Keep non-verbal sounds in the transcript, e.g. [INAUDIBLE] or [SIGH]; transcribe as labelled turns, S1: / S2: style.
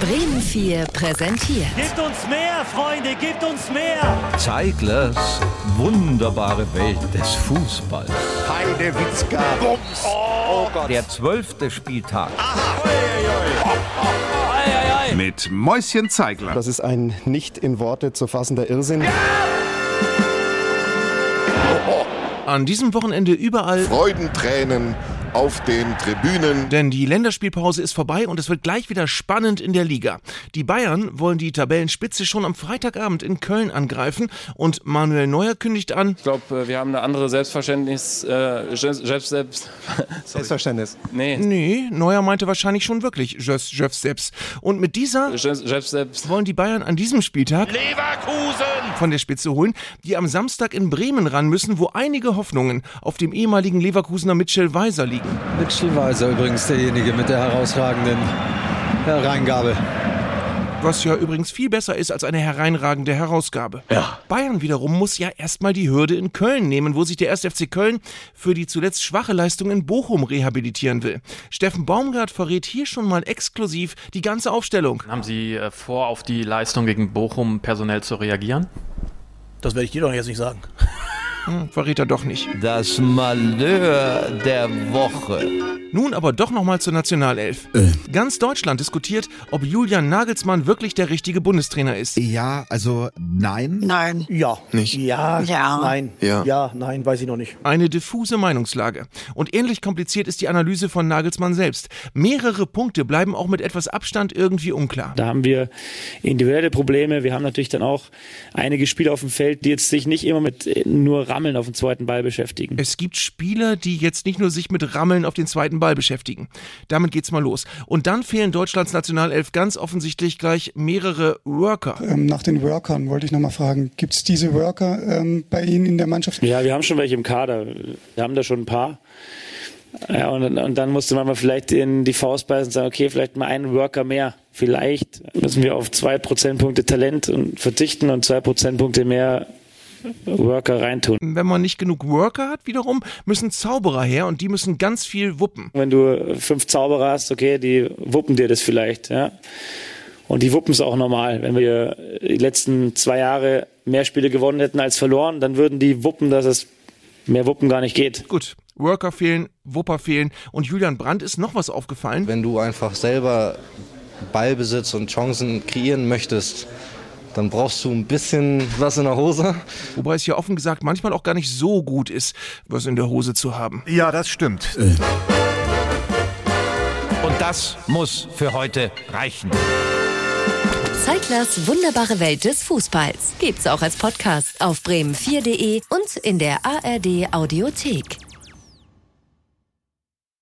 S1: Bremen 4 präsentiert.
S2: Gebt uns mehr, Freunde, gebt uns mehr!
S3: Zeiglers wunderbare Welt des Fußballs.
S4: Heide Witzka. Bums. Oh, Gott.
S3: Der zwölfte Spieltag.
S5: Mit Mäuschen Zeigler.
S6: Das ist ein nicht in Worte zu fassender Irrsinn.
S7: An diesem Wochenende überall,
S4: Freudentränen auf den Tribünen.
S7: denn die Länderspielpause ist vorbei und es wird gleich wieder spannend in der Liga. Die Bayern wollen die Tabellenspitze schon am Freitagabend in Köln angreifen und Manuel Neuer kündigt an,
S8: Ich glaube, äh, wir haben eine andere Selbstverständnis, äh, Selbst, Selbst, Selbst, [LAUGHS]
S6: Selbstverständnis.
S8: nee,
S7: nee, Neuer meinte wahrscheinlich schon wirklich Jöfs, Jöfs selbst. Und mit dieser
S8: Selbst, Selbst, Selbst.
S7: wollen die Bayern an diesem Spieltag Leverkusen von der Spitze holen, die am Samstag in Bremen ran müssen, wo einige Hoffnungen auf dem ehemaligen Leverkusener Mitchell Weiser liegen.
S9: Mitchell Weiser übrigens derjenige mit der herausragenden äh, Hereingabe.
S7: Was ja übrigens viel besser ist als eine hereinragende Herausgabe. Bayern wiederum muss ja erstmal die Hürde in Köln nehmen, wo sich der 1. FC Köln für die zuletzt schwache Leistung in Bochum rehabilitieren will. Steffen Baumgart verrät hier schon mal exklusiv die ganze Aufstellung.
S10: Haben Sie äh, vor, auf die Leistung gegen Bochum personell zu reagieren?
S11: Das werde ich dir doch jetzt nicht sagen.
S7: Hm, verrät er doch nicht.
S3: Das Malheur der Woche.
S7: Nun aber doch nochmal zur Nationalelf. Ganz Deutschland diskutiert, ob Julian Nagelsmann wirklich der richtige Bundestrainer ist.
S5: Ja, also nein.
S1: Nein.
S11: Ja.
S5: Nicht?
S11: Ja.
S1: Ja.
S11: Nein.
S5: Ja.
S11: Ja, nein, weiß ich noch nicht.
S7: Eine diffuse Meinungslage. Und ähnlich kompliziert ist die Analyse von Nagelsmann selbst. Mehrere Punkte bleiben auch mit etwas Abstand irgendwie unklar.
S11: Da haben wir individuelle Probleme. Wir haben natürlich dann auch einige Spieler auf dem Feld, die jetzt sich nicht immer mit äh, nur Rammeln auf dem zweiten Ball beschäftigen.
S7: Es gibt Spieler, die jetzt nicht nur sich mit Rammeln auf den zweiten Ball beschäftigen. Damit geht's mal los. Und dann fehlen Deutschlands Nationalelf ganz offensichtlich gleich mehrere Worker.
S6: nach den Workern wollte ich nochmal fragen. Gibt es diese Worker bei Ihnen in der Mannschaft?
S11: Ja, wir haben schon welche im Kader. Wir haben da schon ein paar. Ja, und, und dann musste man mal vielleicht in die Faust beißen und sagen, okay, vielleicht mal einen Worker mehr. Vielleicht müssen wir auf zwei Prozentpunkte Talent und verzichten und zwei Prozentpunkte mehr Worker reintun.
S7: Wenn man nicht genug Worker hat, wiederum müssen Zauberer her und die müssen ganz viel wuppen.
S11: Wenn du fünf Zauberer hast, okay, die wuppen dir das vielleicht, ja. Und die wuppen es auch normal. Wenn wir die letzten zwei Jahre mehr Spiele gewonnen hätten als verloren, dann würden die wuppen, dass es mehr wuppen gar nicht geht.
S7: Gut, Worker fehlen, Wupper fehlen und Julian Brandt ist noch was aufgefallen.
S9: Wenn du einfach selber Ballbesitz und Chancen kreieren möchtest, dann brauchst du ein bisschen was in der Hose.
S7: Wobei es ja offen gesagt manchmal auch gar nicht so gut ist, was in der Hose zu haben.
S5: Ja, das stimmt.
S3: Und das muss für heute reichen.
S1: Zeiglers wunderbare Welt des Fußballs. Gibt's auch als Podcast auf bremen4.de und in der ARD Audiothek.